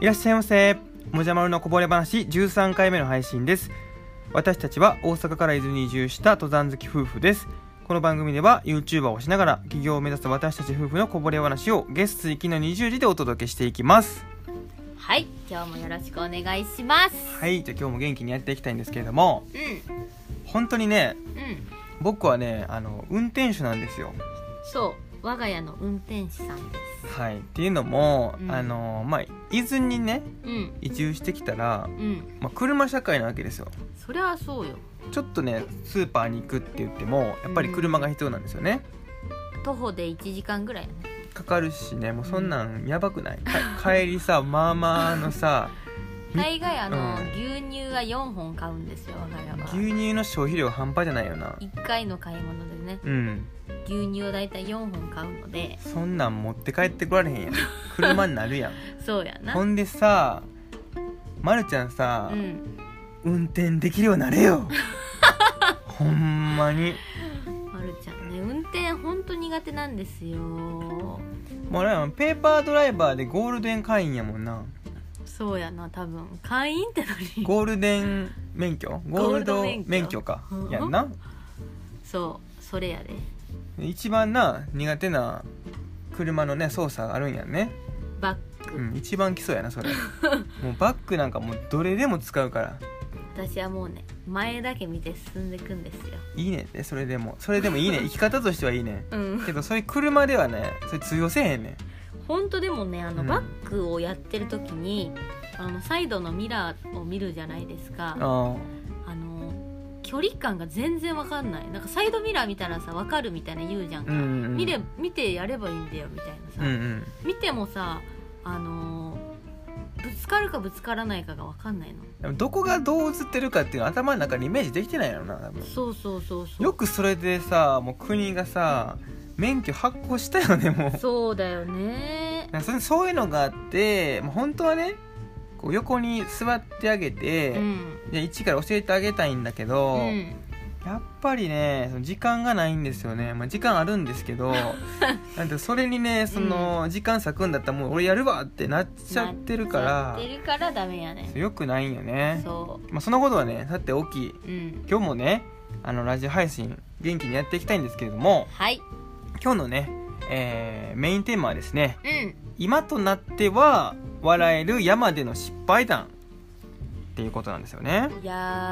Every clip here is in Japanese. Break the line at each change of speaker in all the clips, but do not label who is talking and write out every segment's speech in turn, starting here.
いらっしゃいませもじゃまるのこぼれ話13回目の配信です私たちは大阪から伊豆に移住した登山好き夫婦ですこの番組では YouTuber をしながら起業を目指す私たち夫婦のこぼれ話を月水金の20時でお届けしていきます
はい今日もよろしくお願いします
はいじゃあ今日も元気にやっていきたいんですけれども
うん
本当にね
うん
僕はねあの運転手なんですよ
そう我が家の運転手さんです
はいっていうのも、
うん
あのまあ伊豆にね
うん
移住してきたら、
うん
まあ、車社会なわけですよ
そりゃそうよ
ちょっとねスーパーに行くって言ってもやっぱり車が必要なんですよね、
徒歩で1時間ぐらいやね
かかるしねもうそんなんやばく ないか帰りさまあまあのさみ
大概あの、
うん
牛乳は4本買うんですよ我が家は
牛乳の消費量半端じゃないよな
1回の買い物でね
うん
牛乳をだいたい4本買うので
そんなん持って帰ってこられへん やん車になるやん
そうやな
ほんでさまるちゃんさ、
うん
運転できるようになれ よほんまに
まるちゃんね運転ほんと苦手なんですよ
もうあれやんペーパードライバーでゴールデン会員やもんな
そうやな多分会員って何
ゴールデン免許ゴールド
ゴールド免許
免許か
うん
やんな
そうそれやで
一番な苦手な車のね操作があるんやんね
バッグ、
うん一番基礎やなそ れもうバッグなんかもうどれでも使うから
私はもうね前だけ見て進んでいくんですよ
いいねんでそれでもそれでもいいねん生き方としてはいいねん
うん
けどそういう車ではねそれ通用せえへんねん
本当でもねあの、
うん
バックをやってる時にあのサイドのミラーを見るじゃないですか
あ
あの距離感が全然わかんないなんかサイドミラー見たらさわかるみたいな言うじゃん
あう
か、
んうん
見れ見てやればいいんだよみたい
うん
な
う
さ、
ん
見てもさあのぶつかるかぶつからないかがわかんないの
でもどこがどう映ってるかっていうのは頭の中にイメージできてないのな多分
そうそうそうそう
よくそれでさもう国がさ免許発行したよねもう
そうだよね
なんかそれそういうのがあってもう本当はねこう横に座ってあげて、
うん
で一から教えてあげたいんだけど、
うん
やっぱりねその時間がないんですよね、まあ、時間あるんですけ どなんてそれにねその時間割くんだったらもう俺やるわってなっちゃってるか
な
ら
ってるからダメやね
よくないんよね
そ
まあ、そのことはねさておき
ううん
今日もねあのラジオ配信元気にやっていきたいんですけれども
はい
今日のね、えーメインテーマはですね
うん
今となっては笑える山での失敗談っていうことなんですよね
いや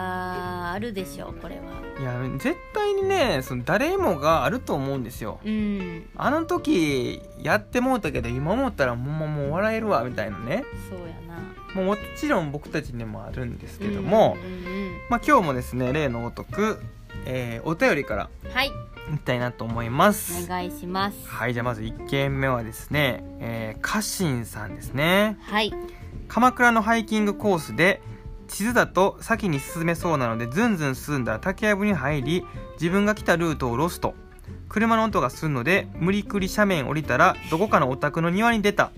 ーあるでしょうこれはい
や絶対にねその誰もがあると思うんですよ
うん
あの時やってもうたけど今思ったらもうもう笑えるわみたいなね
そうやな
もうもちろん僕たちにもあるんですけども、
うんうん
まあ、今日もですね例のごとく、えーお便りから
うんはい
いきたいなと思います
お願いします
はいじゃあまず1件目はですね、えー、家臣さんですね
はい
鎌倉のハイキングコースで地図だと先に進めそうなのでずんずん進んだら竹やぶに入り自分が来たルートをロスト車の音がするので無理くり斜面降りたらどこかのお宅の庭に出た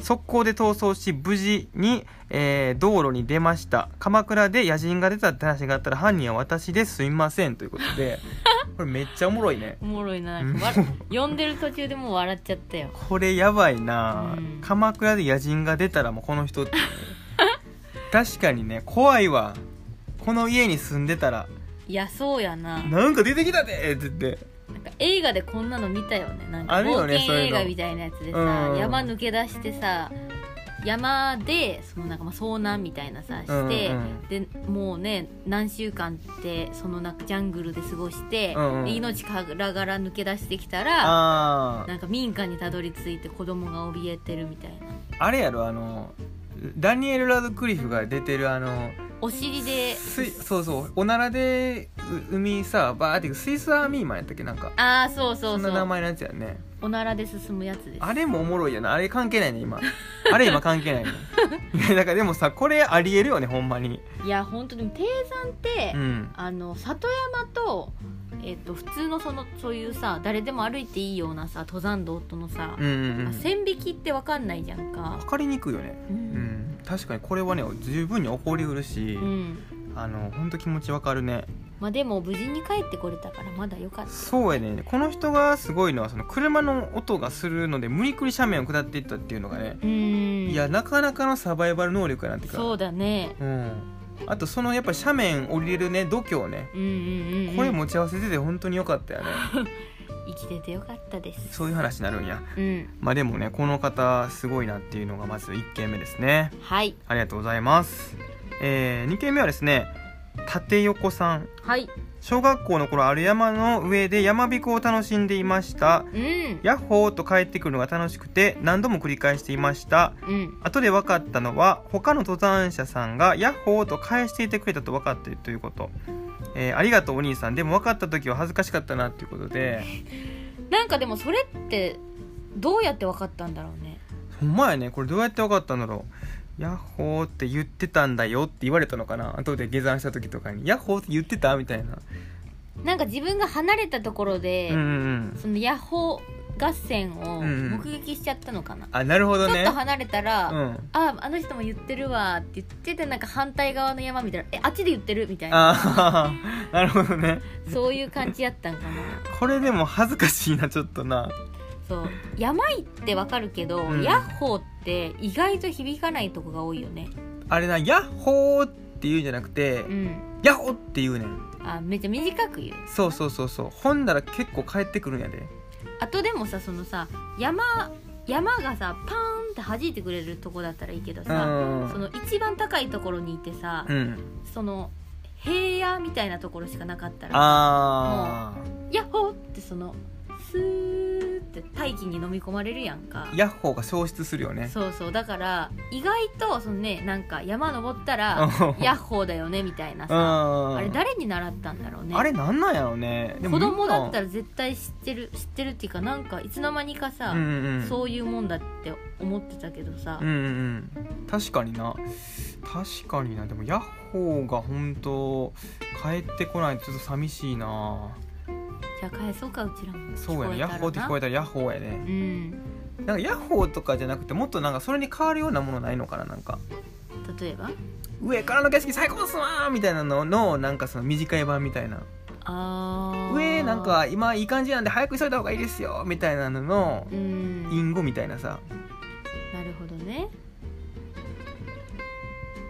速攻で逃走し無事に、えー道路に出ました鎌倉で野人が出たって話があったら犯人は私ですいませんということでこれめっちゃおもろいね
おもろいななん かわ読んでる途中でもう笑っちゃったよ
これやばいな、
うん
鎌倉で野人が出たらもうこの人って 確かにね怖いわこの家に住んでたら
いやそうやな
「
な
なんか出てきたで!」って言って
んか映画でこんなの見たよねなんか
ある
冒
よね
険映
そういう
画
の
みたいなやつで
う
さ
ん
山抜け出してさ山でそのなんかまあ遭難みたいなさして、
うんうん
でもうね何週間ってそのなんかジャングルで過ごして、
うんうん
で命からがら抜け出してきたら
あー
なんか民家にたどり着いて子供が怯えてるみたいな
あれやろあのダニエル・ラドクリフが出てるあの
お尻で
水そうそうおならでう海さバーって行くスイスアーミーマンやったっけなんか
ああそう
そ
そうそ
んな名
う
前のやつやね
おならで進むやつです
あれもおもろいやなあれ関係ないね今あれ今関 係ないねいやだからでもさこれありえるよねほんまに
いや本当に低山って、
うん
あの里山と,、えっと普通のそのそういうさ誰でも歩いていいようなさ登山道とのさ、
うんうんうん
線引きって分かんないじゃんか
分、かりにくいよね
う
うんん確かにこれはね十分に起こりうるし、
うん
あのほんと気持ちわかるね
まあ、でも無事に帰ってこれたからまだよかった
そうやねこの人がすごいのはその車の音がするので無理くり斜面を下っていったっていうのがね
うん
いやなかなかのサバイバル能力やなって
そう
う、
だね
うん、あとそのやっぱ斜面降りれるね度胸ね
うんうんうん
これ持ち合わせてて本当に良かったよね
生きててよかったです
そういう話になるんや
うん
まあでもねこの方すごいなっていうのがまず1件目ですね
はい
ありがとうございますえ2件目はですね縦横さん
はい
小学校の頃ある山の上で山びこを楽しんでいました
うん
ヤッホーと帰ってくるのが楽しくて何度も繰り返していました
うん
後で分かったのは他の登山者さんがヤッホーと返していてくれたと分かっているということ、えーありがとうお兄さんでも分かった時は恥ずかしかったなっていうことで
なんかでもそれってどうやって分かったんだろうね
ほんまやねこれどうやって分かったんだろうヤッホーって言ってたんだよって言われたのかな後で下山した時とかにヤッホーって言ってたみたいな
なんか自分が離れたところで、
うんうんうん
そのヤッホー合戦を
うんうん
目撃しちゃったのかな、
あなるほど
ちょっ
ね
と離れたら、
うん
ああの人も言ってるわって言っててなんか反対側の山見たらえあっちで言ってるみたいな
ああ なるほどね
そういう感じやったんかな
これでも恥ずかしいなちょっとな
そう山行ってわかるけど、
うん
ヤッホーって意外と響かないとこが多いよね
あれなヤッホーって言うんじゃなくて
うん
ヤッホーって言うねん
あめっちゃ短く言う
そうそうそうそうほんなら結構帰ってくるんやで
あとでもさそのさ山山がさパーンって弾いてくれるとこだったらいいけど
う
さ、
ん
その一番高いところにいてさ、
うん
その平野みたいなところしかなかったら
あ
「ヤッホー!」ってそのスーって大気に飲み込まれるやんか
ーヤッホーが消失するよね
そうそうだから意外とそのねなんか山登っ た
う
ら「
ん
ヤッホーだよね」みたいなさ、
あ
あれ誰に習ったんだろうね
あれなんなんやろうね
子供だった
ら
ら絶対知ってる知ってるっていうかなんかいつの間にかさ、
うんうん
そういうもんだって思ってたけどさ、
うんうんうん確かにな確かになでもヤッホーが本当帰ってこないとちょっと寂しいな
じゃあ返そうかうちらも
そうやねヤッホーって聞こ
え
えたらヤッホーやね
た
な
らなうん
んかヤッホーとかじゃなくてもっとなんかそれに変わるようなものないのかななんか
例えば
上からの景色最高っすわーみたいなののなんかその短い版みたいな
あー
上なんか今いい感じなんで早く急いだ方がいいですよみたいなのの
うん
隠語みたいなさ
なるほどね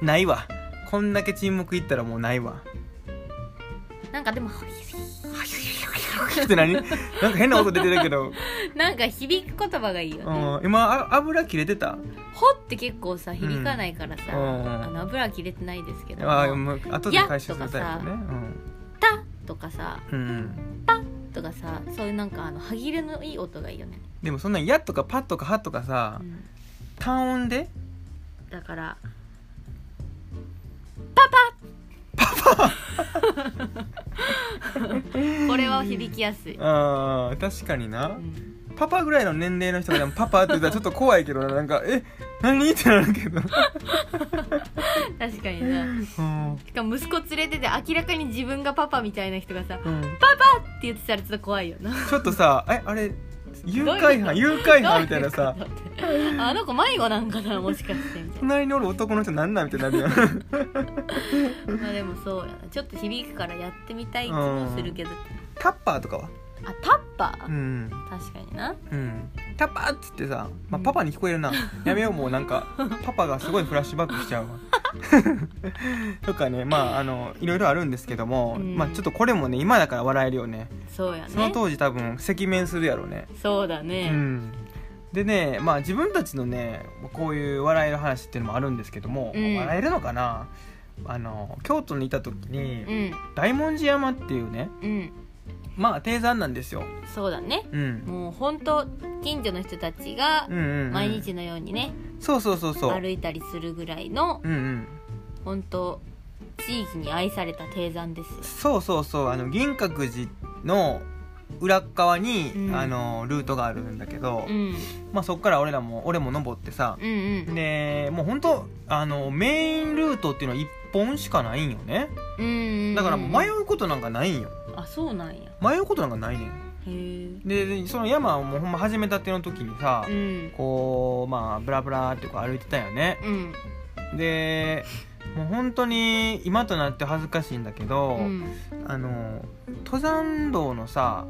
ないわこんだけ沈黙いったらもうないわ
なんかでも
って何なんか変な音出てるけど、
なんか響く言葉がいいよね、
う
ほ
ん、今あ油切れてた
って結構さ響かないからさ、
うん
あの油は切れてないですけど
あ
も
もう後で回収するタイプね
「た」とかさ
うん、うん、
「とかさそういうなんかあの歯切れのいい音がいいよね、
でもそんな「や」とか「パ」とか「は」とかさ
うん
単音で
だからパパパパこれは響きやすい、
あー確かにな
うん
パパぐらいの年齢の人がでもパパって言ったらちょっと怖いけどななんか「え何?」ってなるけど
確かにな
うん
しかも息子連れてて明らかに自分がパパみたいな人がさ「
うん
って言ってたらちょっと怖いよな
ちょっとさ、え、あれ、誘
どうい
拐
うこと
犯、誘拐犯みたいなさ、
どういうことって あの子迷子なんかなもしかしてみたいな
隣におる男の人なんなんみたいになるやん。
まあでもそうやなちょっと響くからやってみたい気もするけど
タッパーとかは
あタッパ
う
ー
ん。
確かにな
うん。タッパーっつってさ、まあ、パパに聞こえるな。やめよう、もうなんか、パパがすごいフラッシュバックしちゃうわ。 とかね、まあ、あの、いろいろあるんですけども、
うん
まあ、ちょっとこれもね、今だから笑えるよね。
そうやね
その当時多分、赤面するやろうね。
そうだ
う
ね、
ん。でね、まあ、自分たちのねこういう笑える話っていうのもあるんですけども、
うん
笑えるのかなあの京都にいた時に、
うん
大文字山っていうね
うん
まあ低山なんですよ、
そうだね
うん、
もう本当近所の人たちが
うんうんうん
毎日のようにね、
そうそうそうそう
歩いたりするぐらいの
うんうん
本当地域に愛された低山ですよ
そうそうそうあの銀閣寺の裏っ側に、
うん
あのルートがあるんだけど、
うん
まあそっから俺らも俺も登ってさ
うんうん
でもう本当あのメインルートっていうのは1本しかないんよね
うんうんうん
だからもう迷うことなんかないんよ
あそうなんや
迷うことなんかないねん
へえ
でその山をもうほんま始めたての時にさ、
うん
こうまあブラブラってこう歩いてたよね、
うん
でもう本当に今となって恥ずかしいんだけ
う
ど、
ん
あの登山道のさ、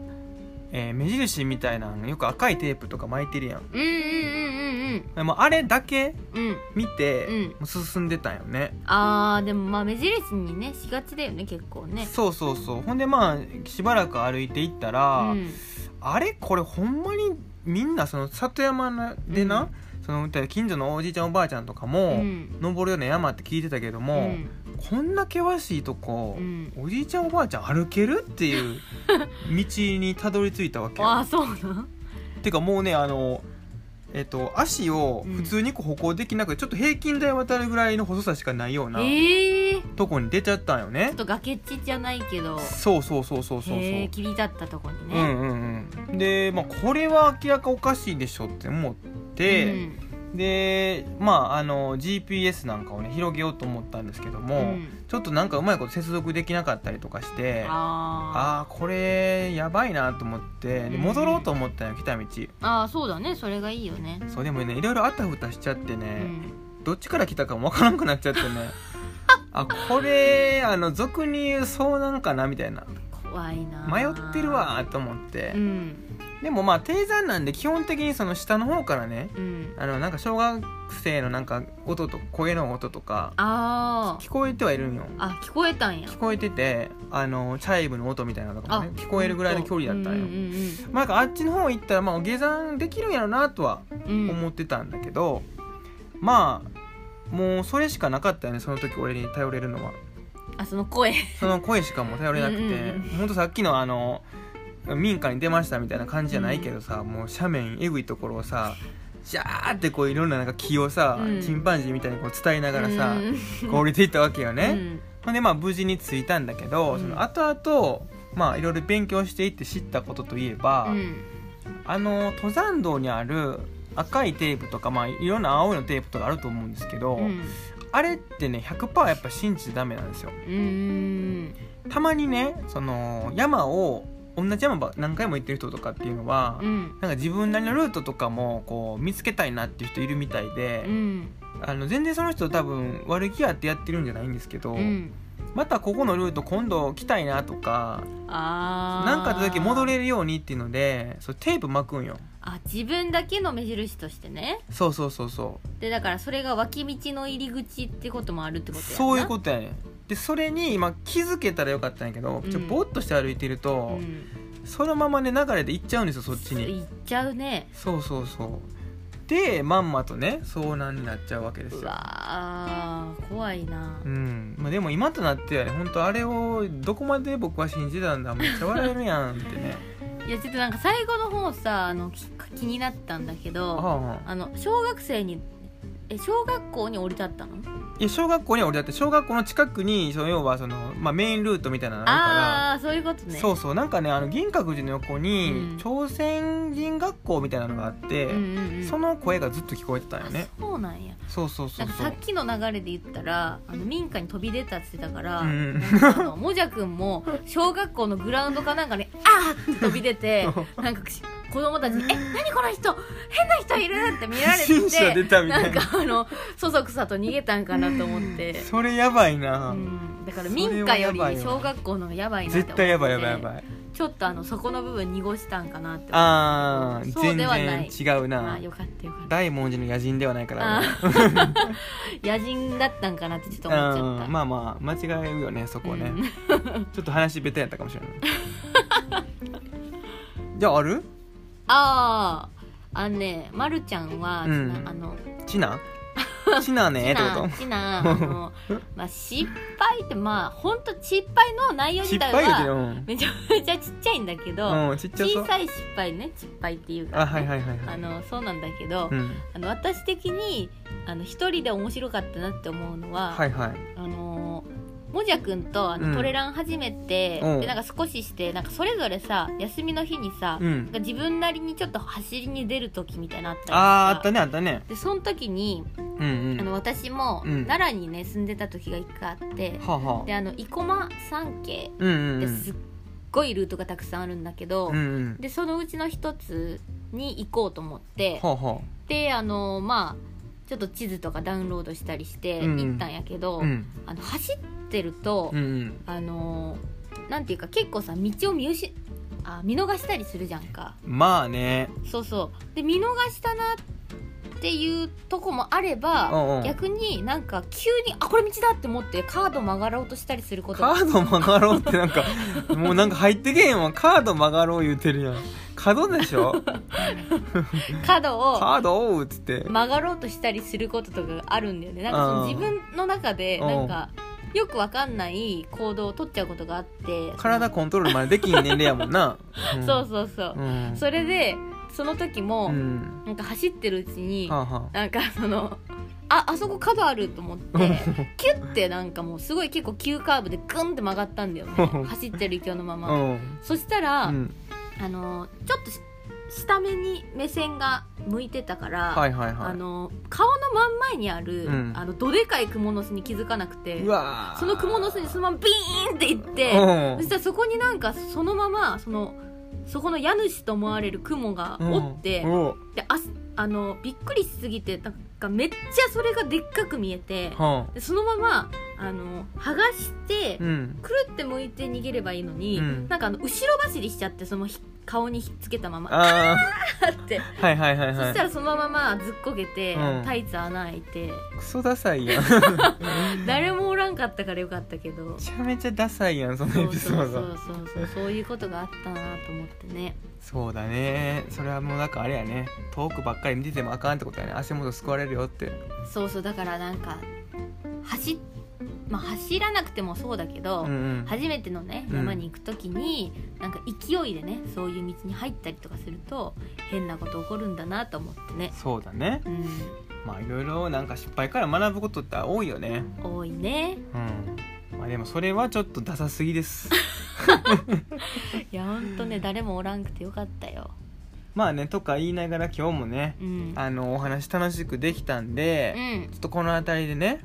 えー目印みたいなのよく赤いテープとか巻いてるやん
うんうんうんうんうんうん
でもあれだけ
うん
見て、
うん
もう進んでたんよね
あーでもまあ目印にねしがちだよね結構ね
そうそうそうほんでまあしばらく歩いていったら、
うん
あれこれほんまにみんなその里山でな、その近所のおじいちゃんおばあちゃんとか
う
も、
ん
登るような山って聞いてたけど
う
も、
ん
こんな険しいとこ
う、ん
おじいちゃんおばあちゃん歩けるっていう道にたどり着いたわけよ
ああそうなん
てかもうねあのえっと足を普通にこう歩行できなくて、ちょっと平均台渡るぐらいの細さしかないような
ええー、ち
とこに出ちゃったんよ
ょ
ね
っと崖っちじゃないけど
そうそうそうそうそうそう
へえ切り立ったとこに
う
ね、
んうんうんで、まあ、これは明らかおかしいでしょって思って、でまああの GPS なんかをね広げようと思ったんですけど
うん
も、
うん
ちょっとなんかうまいこと接続できなかったりとかしてあ
あ
あーこれやばいなと思ってで
うん
戻ろうと思ったよ来た道
ーあーそうだねそれがいいよね、
そうでもねいろいろあたふたしちゃって
う
ね、
ん、
どっちから来たかもわからんくなっちゃってね あこれあの俗に言う遭難かなみたいな
怖いな
迷
ー
ってるわーと思って
うん
でもまあ低山なんで基本的にその下の方からね
うん
あのなんか小学生のなんか音と声の音とか
あー
聞こえてはいるんよ
あ聞こえたんや
聞こえててあのチャイブの音みたいなのとかもね聞こえるぐらいの距離だったんよ、
うんうん
まあ、なんかあっちの方行ったらまあ下山できるんやろなとは
うんうん
思ってたんだけど、まあもうそれしかなかったよねその時俺に頼れるのは
あその声
その声しかもう頼れなくて、
うんうん
ほんとさっきのあの民家に出ましたみたいな感じじゃないけどさ、もう斜面えぐいところをさジャーってこういろんななんか気をさ、
うん
チンパンジーみたいにこう伝えながらさ、
うん
こう降りていったわけよね、
うん
ほんでまあ無事に着いたんだけど、
うん
その後々まあいろいろ勉強していって知ったことといえば、
うん
あの登山道にある赤いテープとかまあいろんな青いのテープとかあると思うんですけど、
うん
あれってね100%やっぱ信じちゃダメなんですよ
うん
たまにねその山を同じ山ば何回も行ってる人とかっていうのは、
うん
なんか自分なりのルートとかもこう見つけたいなっていう人いるみたいで
う、ん
あの全然その人多分悪気あってやってるんじゃないんですけど、
うん
またここのルート今度来たいなとか
あー
なんかあった時戻れるようにっていうのでそうテープ巻くんよ
あ自分だけの目印としてね
そうそうそうそう
でだからそれが脇道の入り口ってこともあるってことやな
そういうことやねんでそれに今気づけたらよかったんやけどちょ
うん
ぼーっとして歩いてると、
うん
そのままね流れで行っちゃうんですよそっちに
行っちゃうね
そうそうそうでまんまとね遭難になっちゃうわけです
う
よ
わー怖いな
うんまあ、でも今となってはね本当あれをどこまで僕は信じたんだめっちゃ笑えるやんって ね
いやちょっとなんか最後の方さあのき気になったんだけ
あ
どあ
あ
の小学生にえ小学校に降り立ったの
いや小学校には俺だって小学校の近くにその要はその、まあ、メインルートみたいなのあ
ああーそういうこと
るから、
ね
そうそうなんかねあの銀閣寺の横に、
うん
朝鮮人学校みたいなのがあって、
うんうんうん
その声がずっと聞こえてたよね
あそうなんや
そうそうそ
な
うん
か
そ
さ
う
っきの流れで言ったらあの民家に飛び出たって言ってたから、
うん
なんかあのもじゃくんも小学校のグラウンドかなんかに「あーって飛び 出てなんかし子供たちに「え何この人変な人いる!」って見られ
不審者出
て
たみた
ない
なん
かあのそそくさと逃げたんかなと思って、
それやばいうな、
ん、だから民家より小学校の方がやばいなって思って
絶対やばいやばいやばい
ちょっとあのそこの部分濁したんかなって思
あー
そう
全
ではない
然違う
ってあ
な
ーよかったよかった
大文字の野人ではないから
あ
ね
ー 野人だったんかなってちょっと思っちゃった、
うんまあまあ間違えるよねそこはね、
うん
ちょっと話ベタやったかもしれない じゃあある
あああのね、ま、るちゃんは、
うん
あの
チ ナチナねってこ
ちなあ の、まあ、失敗ってまあほんと失敗の内容
と失
自体
敗やけど
は
うん
めちゃめちゃちっちゃいんだけど、
うんちっちゃそう
小さい失敗ね失敗っていうか、ね
あはいはいはいは
あ
い
のそうなんだけど、
うん
あの私的にあの一人で面白かったなって思うのは、
はいはい
あのもじゃくんとあ
うん
のトレラン始めて、
うん
でなんか少ししてなんかそれぞれさ休みの日にさ、
う
なん
ん
か自分なりにちょっと走りに出る時みたいなのあったりとか
あーあったねあったね
でその時に
うん
あ
うん
の私も
うん
奈良にね住んでた時が一回あって、
はあは
であの生駒三景
あうんうん
で
う
す
ん
っごいルートがたくさんあるんだけど、
うんうん
でそのうちの一つに行こうと思って、
はあは
であのまあちょっと地図とかダウンロードしたりして
うん
行ったんやけど、
あうん
あの走ってると、
うんうん
あのなんていうか結構さ道を見失あ見逃したりするじゃんか
まあね
そうそうで見逃したなっていうとこもあれば、
うんうん
逆になんか急にあこれ道だって思ってカード曲がろうとしたりすること
カ
も
ード曲がろうってなん かもうなんか入ってけへんわカード曲がろう言うてるやん角でし ょ
カードを
カードをうっつって
曲がろうとしたりすることとかがあるんだよねなんかその
うん
自分の中で
うん
なんかよくわかんない行動を取っちゃうことがあって
体コントロールまでできん年齢やもんな、ん
そうそうそう、
うん
それでその時も、
うん
なんか走ってるうちに、
はあは
なんかそのああそこ角あると 思ってキュッてなんかもうすごい結構急カーブでグンって曲がったんだよね走ってる勢いのま
あ
ま、
うん
そしたら、
うん
あのちょっとし下目に目線が向いてたから、
はいはい
あ
は
の顔の真ん前にある、
うん
あのどでかいクモの巣に気づかなくて
いうわー
そのクモの巣にそのままビーンっていって、
うん
そしたらそこになんかそのままそのそこの家主と思われるクモがおって、
うんうん
であすあのびっくりしすぎてなんかめっちゃそれがでっかく見えて
は
でそのままあの剥がして、
あうん
くるって向いて逃げればいいのに、
うん
なんかあの後ろ走りしちゃってそのひ顔にひっつけたままあ
あ
って、
あはいはいはい
そ
は
した
い
らそのままずっこけて、
うん
タイツ穴開いて
クソダサいやん
誰もおらんかったからよかったけど
め。ちゃめちゃダサいやん その
そ
エ
う
ピソ
そうそう
ー
そ
ド
うそうそういうことがあったなと思ってね
そうだねそれはもうなんかあれやね遠くばっかり見ててもあかんってことやね足元救われるよって
そうそうだからなんか走,、まあ、走らなくてもそうだけど、
うんうん
初めてのね
うん
山に行く時に、なんか勢いでねそういう道に入ったりとかすると変なこと起こるんだなと思ってね
そうだね
うん
まあいろいろなんか失敗から学ぶことって多いよね
多いね
うんまあでもそれはちょっとダサすぎです
いやほんとね誰もおらんくてよかったよ
まあねとか言いながら今日もね
うん
あのお話楽しくできたんで
う、ん
ちょっとこの辺りでね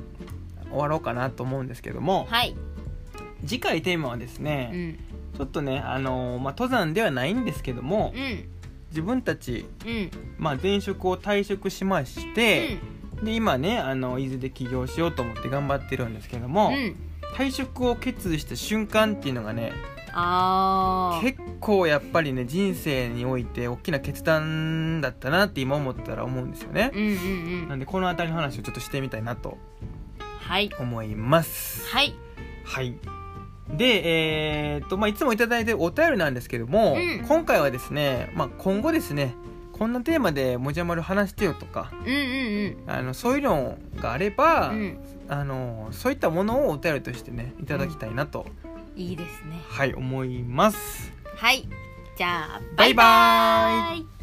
終わろうかなと思うんですけども
はい
次回テーマはです
う
ね、
ん
ちょっとねあの、まあ、登山ではないんですけども
うん
自分たち、
うん
まあ、前職を退職しまし
う
て、
ん
で今ねあの伊豆で起業しようと思って頑張ってるんですけども、
うん
退職を決意した瞬間っていうのがね
あー
結構やっぱりね人生において大きな決断だったなって今思ったら思うんですよね
う、んうんう
なんんでこの辺りの話をちょっとしてみたいなと
はい
思います
はい
はいでえーっとまあいつもいただいてるお便りなんですけども、
うん
今回はですね、まあ、今後ですねこんなテーマでもじゃまる話してよとか
うんうん
あのそういうのがあれば、
うんうん
あのそういったものをお便りとしてねいただきたいなと、
いいですね
はい思います
はいじゃあ
バイバーイ
バイ